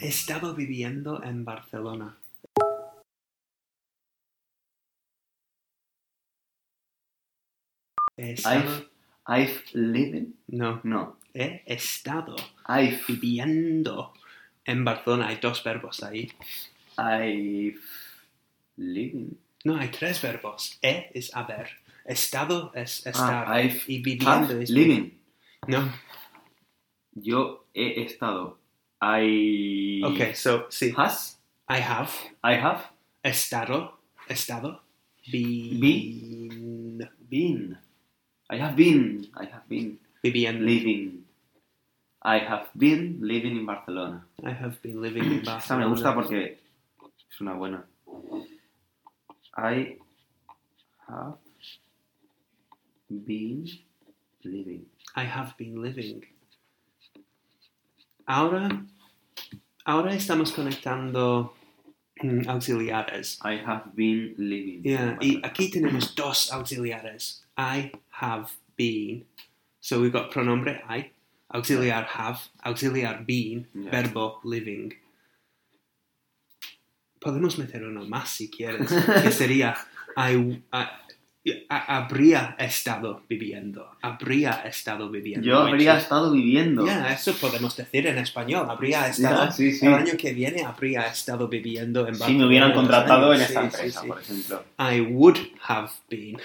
Estaba viviendo en Barcelona. He I've, estado- I've lived. No, No. he estado I've, viviendo en Barcelona. Hay dos verbos ahí. I've lived. No, hay tres verbos. He es haber. Estado es estar. Ah, I've, y viviendo have es living. No. Yo he estado. I Ok, so, sí. has. I have I have estado. Estado. Vi- been. I have been. I have been Viviendo. living. I have been living in Barcelona. I have been living in Barcelona. Esa me gusta porque es una buena. I have been living. I have been living. Ahora, ahora estamos conectando mm, auxiliares. I have been living. Yeah, in y Barcelona. aquí tenemos dos auxiliares. I have been. So we've got pronombre I, auxiliar have, auxiliar been, Yeah. verbo living. Podemos meter uno más si quieres, que sería I, I- a- habría estado viviendo. Habría estado viviendo. Yo which habría is- estado viviendo. Yeah, eso podemos decir en español. Habría estado. Yeah, sí, sí. El año que viene habría estado viviendo en Si me hubieran Barcelona. contratado en Sí, esta sí, empresa, sí. por ejemplo. I would have been.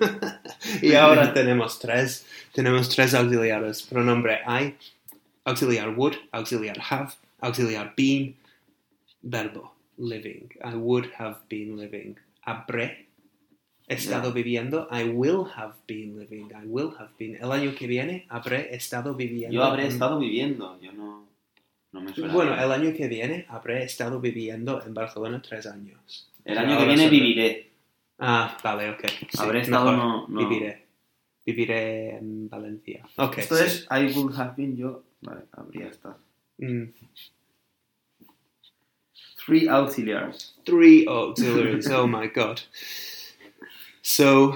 y ahora tenemos tres. Tenemos tres auxiliares. Pronombre I, auxiliar would, auxiliar have, auxiliar been, verbo, living. I would have been living. Habré estado viviendo. I will have been living. I will have been. El año que viene habré estado viviendo. Yo habré en- estado viviendo. Yo no. No me suena. Bueno, bien. el año que viene habré estado viviendo en Barcelona tres años. El año que Ahora viene sobre- viviré. Ah, vale, ok. Sí, Habré estado mejor. no, no. Viviré. Viviré en mm, Valencia. Ok, Esto sí. es I would have been yo. Vale, habría estado. Mm, Three auxiliars. three auxiliaries. oh my god. So,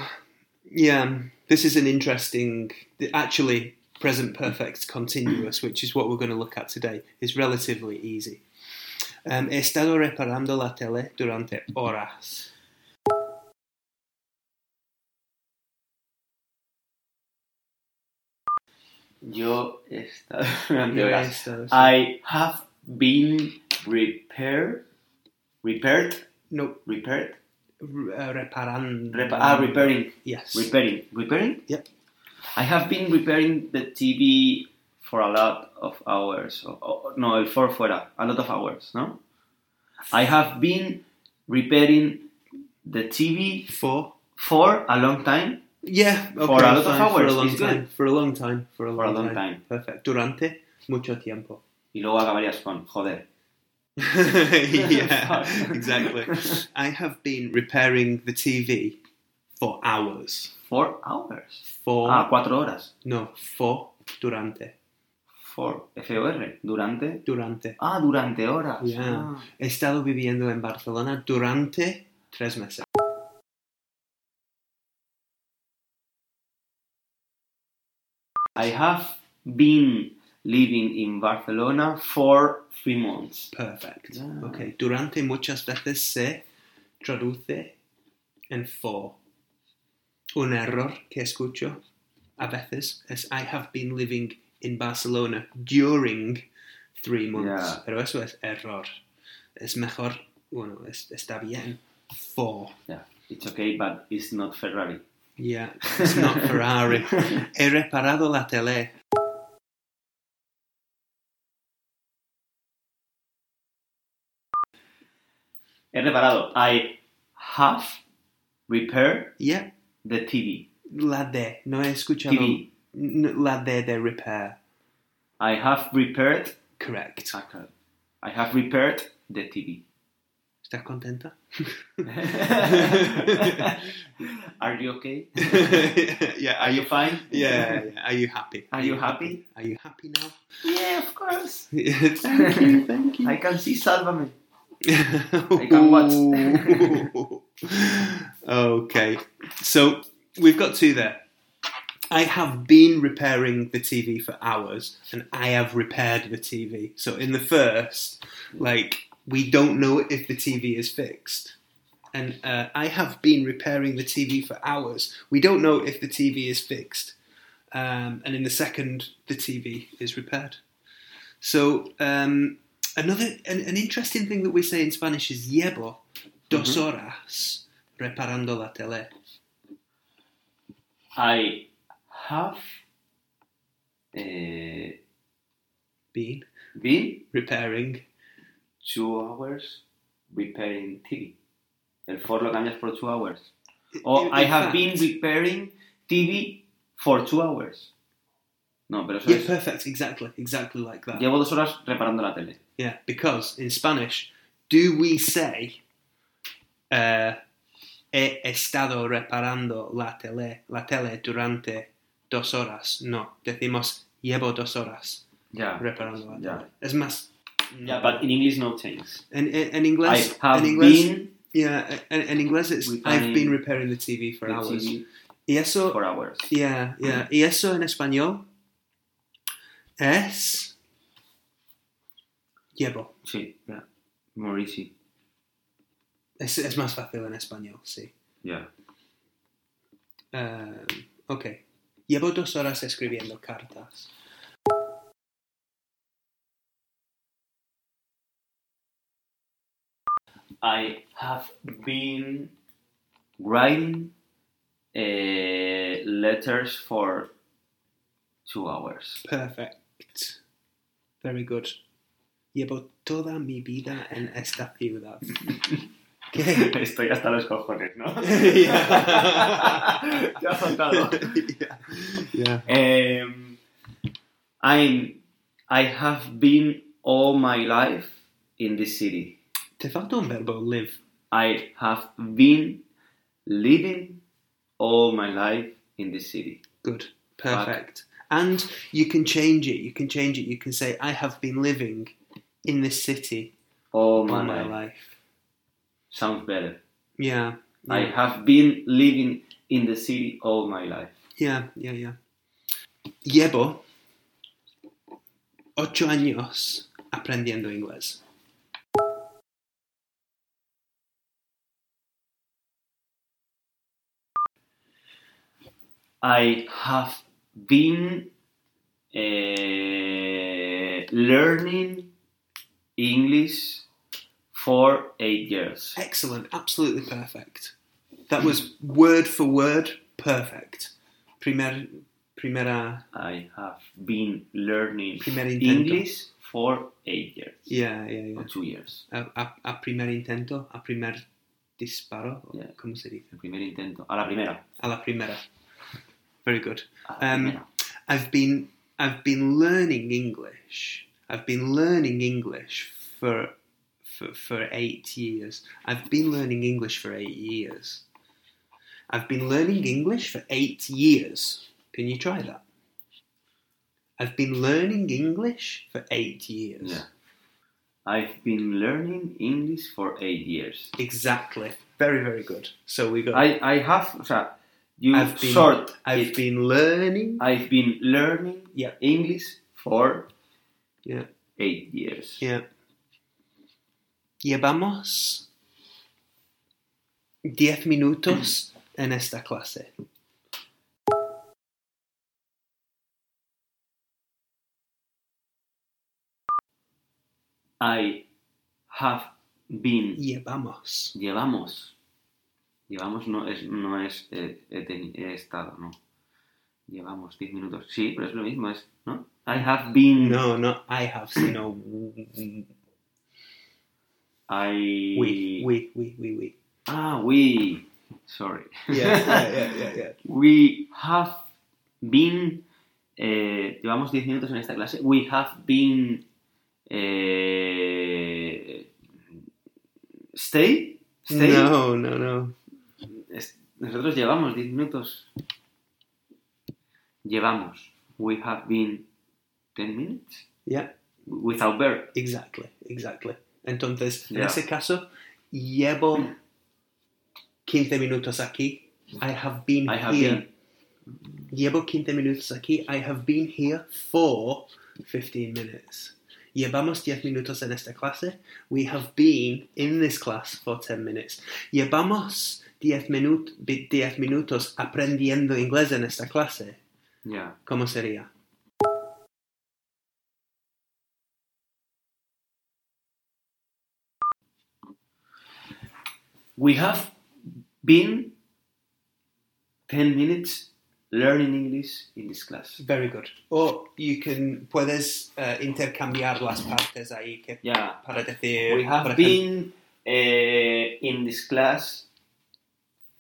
yeah, this is an interesting. Actually, present perfect continuous, which is what we're going to look at today, is relatively easy. Um, he estado reparando la tele durante horas. Yo he estado durante Yo he horas. Ah. estado- I have been repaired. Repaired. no, Repaired. re- uh, reparando. Repa- ah, repairing. Yes. Repairing. Repairing? Yep. I have been repairing the TV for a lot of hours. O- o- No, el for fuera. A lot of hours, no? I have been repairing the TV Four. for a long time. Yeah, okay. For a lot of fine, hours, for a long it's time, for a long time, for a long, For a time. long time. Perfect. Durante mucho tiempo. Y luego acabarías con, joder. yeah, exactly. I have been repairing the TV for hours. Four hours. For Ah, cuatro horas. no, for durante For. F-O-R. Durante. durante. Ah, durante horas. Yeah. Ah. He estado viviendo en Barcelona durante tres meses. I have been living in Barcelona for three months. Perfect. Yeah. Okay. Durante muchas veces se traduce en for. Un error que escucho a veces es I have been living in Barcelona during three months. Yeah. Pero eso es error. Es mejor, bueno, es- está bien. For. Yeah, it's okay, but it's not Ferrari. Yeah, it's not Ferrari. He reparado la tele. He reparado. I have repaired Yeah, the TV. la de. No he escuchado. TV. N- La de de repair. I have repaired. Correct. Ah, claro. I have repaired the TV. ¿Estás contenta? Are you okay? yeah, Are you fine? Yeah, yeah. Are you happy? Are you happy? Are you happy now? Yeah, of course. thank you, thank you. I can see Salvame. I can watch. okay, so we've got two there. I have been repairing the TV for hours, and I have repaired the TV. So in the first, like we don't know if the TV is fixed. And uh, I have been repairing the TV for hours. We don't know if the TV is fixed. Um, and in the second, the TV is repaired. So um, another an, an interesting thing that we say in Spanish is llevo dos Mm-hmm. horas reparando la tele. I have eh, Been been repairing. two hours repairing TV. El for lo cambias por two hours. Or In- I in have fact- been repairing TV for two hours. No, pero eso Yeah, es. perfect. Exactly, exactly like that. Llevo dos horas reparando la tele. Yeah, because in Spanish, do we say uh, he estado reparando la tele, la tele durante dos horas? No, decimos llevo dos horas Ya. reparando la tele. Yeah. Es más. Yeah, but in English no change. in, in, in English, I have in English, been yeah, in, in English, it's I've Repairing been repairing the TV for the hours. TV Y eso, for hours. Mm. yeah, yeah. Y eso en español es llevo. Sí, yeah. More easy. Es, es más fácil en español, sí. Yeah. Um, ok. Llevo dos horas escribiendo cartas. I have been writing eh, letters for two hours. Perfect. Very good. Llevo toda mi vida en esta ciudad. ¿Qué? Estoy hasta los cojones, ¿no? Yeah. Te has soltado. yeah. yeah. Em, I'm, I have been all my life in this city. Te falta un verbo live. I have been living all my life in this city. Good. Perfect. And you can change it. You can change it. You can say, I have been living in this city All all my, my life. life. Sounds better. Yeah. I have been living in the city all my life. Yeah, yeah, yeah. Llevo ocho años aprendiendo inglés. I have been eh, learning English for eight years. Excellent, absolutely perfect. That was word for word perfect. Primer, primera, I have been learning Primer intento. English for eight years yeah, yeah, yeah. or two years. A, a- a primer intento, a primer disparo, Yeah. ¿cómo se dice? El primer intento. A la primera. A la primera. Very good. A la Um, primera. I've been I've been learning English. I've been learning English for for, for eight years. I've been learning English for eight years. I've been learning English for eight years. Can you try that? I've been learning English for eight years. Yeah. I've been learning English for eight years. Exactly. Very, very good. So we got I, I have, o sea, you I've been- short I've it. been learning I've been learning Yeah. English for Yeah. eight years. Yeah. Llevamos 10 minutos en esta clase. I have been. Llevamos. Llevamos. Llevamos no es, no es eh, he, teni- he estado, no. Llevamos 10 minutos. Sí, pero es lo mismo, es, ¿no? I have been. No, no, I have, sino I. we, we, we, we, we. Ah, we. Sorry. yeah. We have been. eh, llevamos 10 minutos en esta clase. We have been. eh, eh, stay, stay. No, no, no. Es- nosotros llevamos 10 minutos. Llevamos. We have been 10 minutes Yeah, without verb. exactly, exactly. Entonces, en Yeah. ese caso, llevo 15 minutos aquí. I have been I have here. been. Llevo 15 minutos aquí. I have been here for 15 minutes. Llevamos 10 minutos en esta clase. We have been in this class for 10 minutes. Llevamos 10, minut 10 minutos aprendiendo inglés en esta clase. Yeah. ¿Cómo sería? We have been 10 minutes learning English in this class. Very good. Or you can, puedes eh, intercambiar las partes ahí que, Yeah. para decir... We por have ejemplo, been eh, in this class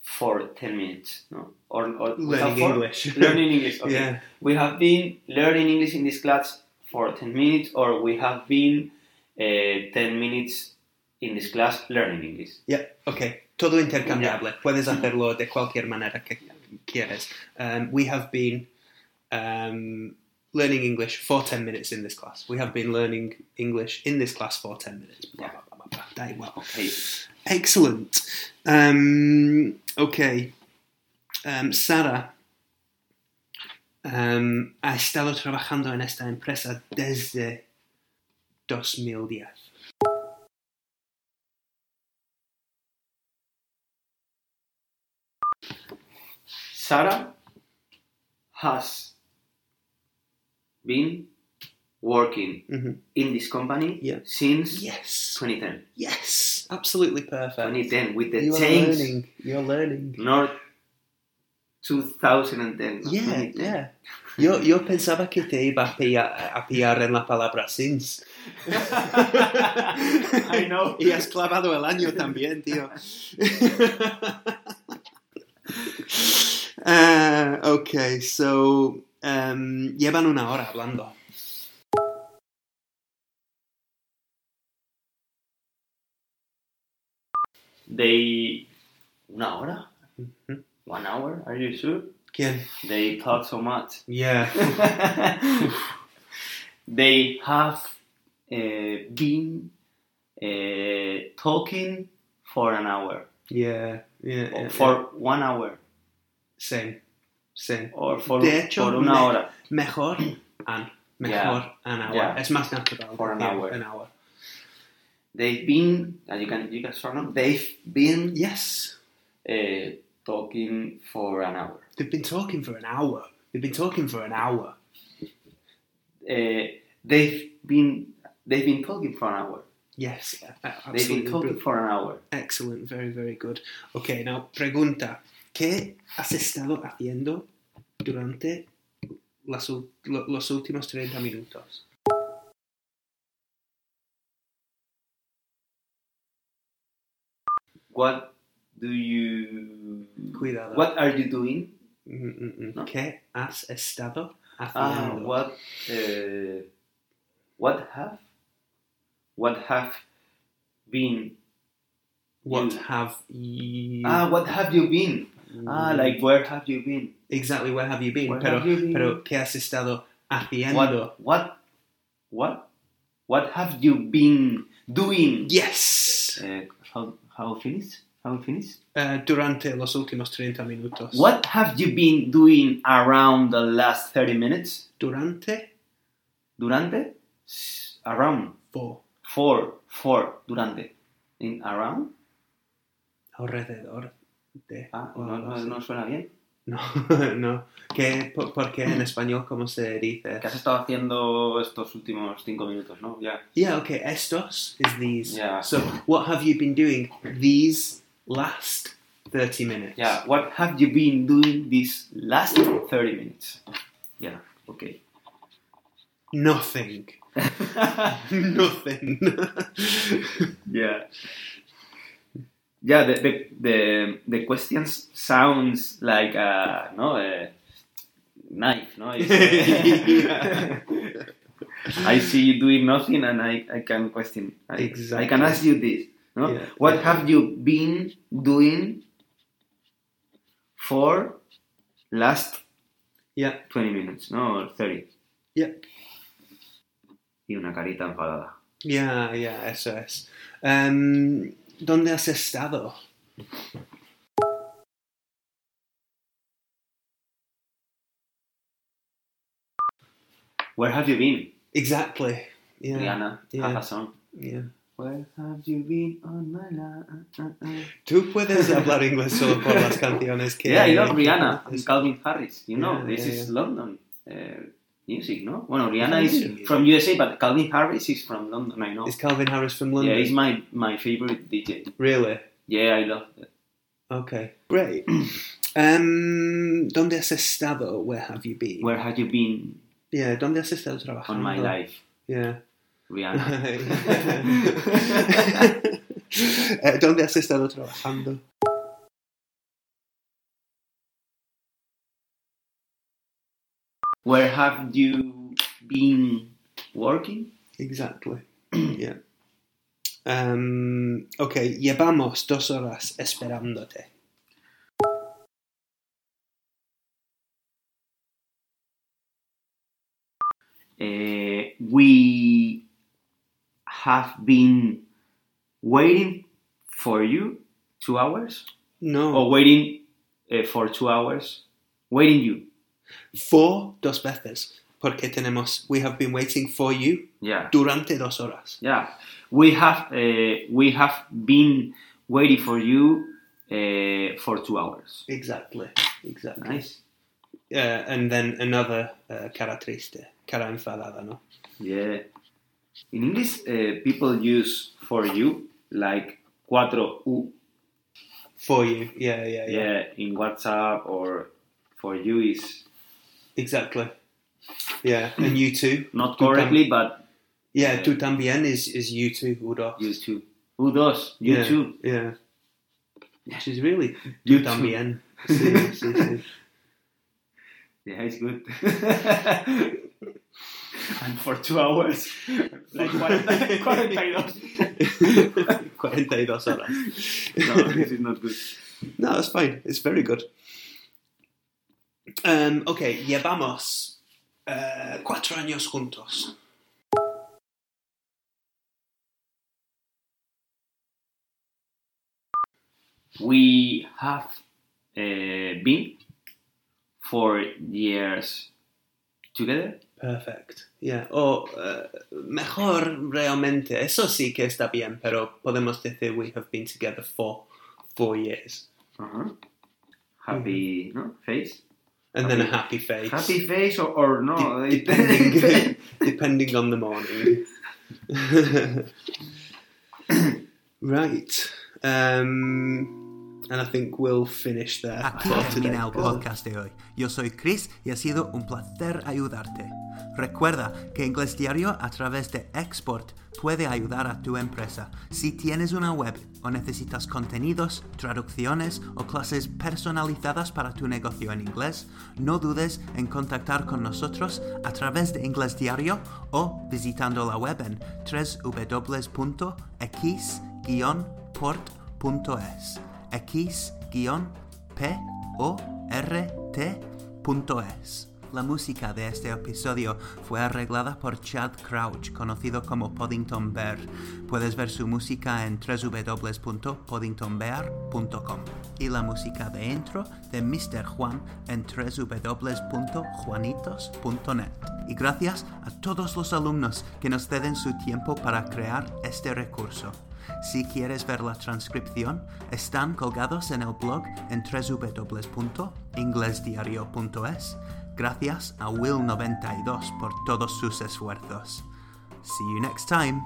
for 10 minutes. No? Or, or we have learning for- English. Learning English. Okay. Yeah. We have been learning English in this class for 10 minutes, or we have been eh, 10 minutes in this class learning English. Yeah, ok. Todo intercambiable. Puedes hacerlo de cualquier manera que quieres. Um, we have been um, learning English for 10 minutes in this class. We have been learning English in this class for 10 minutes. Blah, blah, blah, blah, blah. Da igual. Okay. Excellent. Um, ok. Um, Sara um, ha estado trabajando en esta empresa desde 2010. Sarah has been working Mhm. in this company Yeah. since Yes. 2010. Yes. Absolutely perfect. 2010 with the you are change, learning. You're learning. not 2010. not Yeah, 2010. yeah. Yo, yo pensaba que te iba a pillar, a pillar en la palabra since. I know. Y has clavado el año también, tío. Ah, ok, so. em, llevan una hora hablando. They. Una hora? Mm-hmm. One hour? Are you sure? ¿Quién? They talk so much. Yeah. they have uh, been uh, talking for an hour, Yeah, yeah. Oh, yeah, for yeah. one hour, Same, same. or for, De hecho, for una me- hora. Mejor an. Mejor an hour. Yeah. Es más natural. For an tío, hour. An hour. They've been, and you can you can sort of, they've been Yes. uh, talking for an hour. They've been talking for an hour. They've been talking for an hour. Uh, they've been they've been talking for an hour. Yes, a- a- They've been absolutely. talking brilliant. for an hour. Excellent, very, very good. Okay, now pregunta. ¿Qué has estado haciendo durante las ul- lo- los últimos 30 minutos? What do you? Cuidado. What are you doing? Mm, mm, mm. No. ¿Qué has estado Ah, haciendo? what? Uh, what have? What have been? What you- have you... Mm-hmm. Ah, what have you been? Ah, like where have you been? Exactly, where have you been? Where pero, have you been? pero, ¿qué has estado haciendo? What? What? What? What have you been doing? Yes! Uh, how how finish? How finish? Eh, durante los últimos 30 minutos. What have you been doing around the last thirty minutes? Durante... Durante? S- Around Por for for durante in around. alrededor de. Ah, o no, algo no, así. no suena bien. No, no. ¿Qué, por, por qué en español cómo se dice? que has estado haciendo estos últimos cinco minutos, ¿no? Ya. Yeah, okay. Estos is these. Yeah. So, what have you been doing these last 30 minutes? Yeah. What have you been doing these last 30 minutes? Yeah. Okay. Nothing. Nothing. yeah. Yeah. The, the, the, the questions sounds like a no a knife, no. It's- Yeah. I see you doing nothing and I, I can question. I, I can Exactly. ask you this. No? Yeah. What have you been doing for last Yeah. 20 minutes? No, or 30. Yeah. Y una carita enfadada. Ya, ya, eso es. Em, ¿Dónde has estado? Where have you been? Exactly. Yeah, Rihanna, yeah. haz a song. yeah. Where have you been on my life? Tú puedes hablar inglés solo por las canciones que... Yeah, I love Rihanna and Calvin Harris. You know, Yeah, this yeah, is yeah. London uh, music, no? Bueno, Rihanna Yeah. is from USA, but Calvin Harris is from London, I know. Is Calvin Harris from London? Yeah, he's my, my favorite DJ. Really? Yeah, I love that. Okay, great. Em, ¿Dónde has estado? Where have you been? Where have you been Yeah, ¿dónde has estado trabajando? on my life, Yeah. Rihanna? Eh, ¿Dónde has estado trabajando? Where have you been working? Exactly. yeah. Um, ok, llevamos dos horas esperándote. Uh, we have been waiting for you two hours, No, or waiting uh, for two hours, waiting you. for dos veces. Porque tenemos, we have been waiting for you Yeah, durante dos horas. yeah. We have uh, we have been waiting for you uh, for two hours. Exactly, exactly. Nice. Uh, and then another uh, cara triste, cara enfadada, ¿no? Yeah. In English, uh, people use for you like cuatro u. For you, yeah, yeah, yeah. Yeah, in WhatsApp or for you is Exactly. Yeah, and you too. Tú not tam- correctly, but Yeah, tú también is, is you too, Udo. used to. Who does? You yeah, too. Yeah. Which is really You tú too. también. Sí, sí, sí. Yeah, it's good. and for two hours, like 40, 42. 42 horas. No, this is not good. No, it's fine. It's very good. Um, okay, llevamos uh, cuatro años juntos. We have uh, been for years together. Perfect. Yeah. O uh, mejor realmente. Eso sí que está bien, pero podemos decir we have been together for four years. Uh-huh. Happy Mm-hmm. no? face. And then a happy face. Happy eh. face or, or no? De- it- depending, depending on the morning. right. Um, and I think we'll finish there. Aquí for ha terminado el today. podcast de hoy. Yo soy Chris y ha sido un placer ayudarte. Recuerda que Inglés Diario a través de Export puede ayudar a tu empresa. Si tienes una web o necesitas contenidos, traducciones o clases personalizadas para tu negocio en inglés, no dudes en contactar con nosotros a través de Inglés Diario o visitando la web en www.x-port.es. X-port p-o-r-t.es. La música de este episodio fue arreglada por Chad Crouch, conocido como Poddington Bear. Puedes ver su música en www.poddingtonbear.com y la música de intro de Mr. Juan en www.juanitos.net. Y gracias a todos los alumnos que nos ceden su tiempo para crear este recurso. Si quieres ver la transcripción, están colgados en el blog en www.inglesdiario.es. Gracias a Will92 por todos sus esfuerzos. See you next time.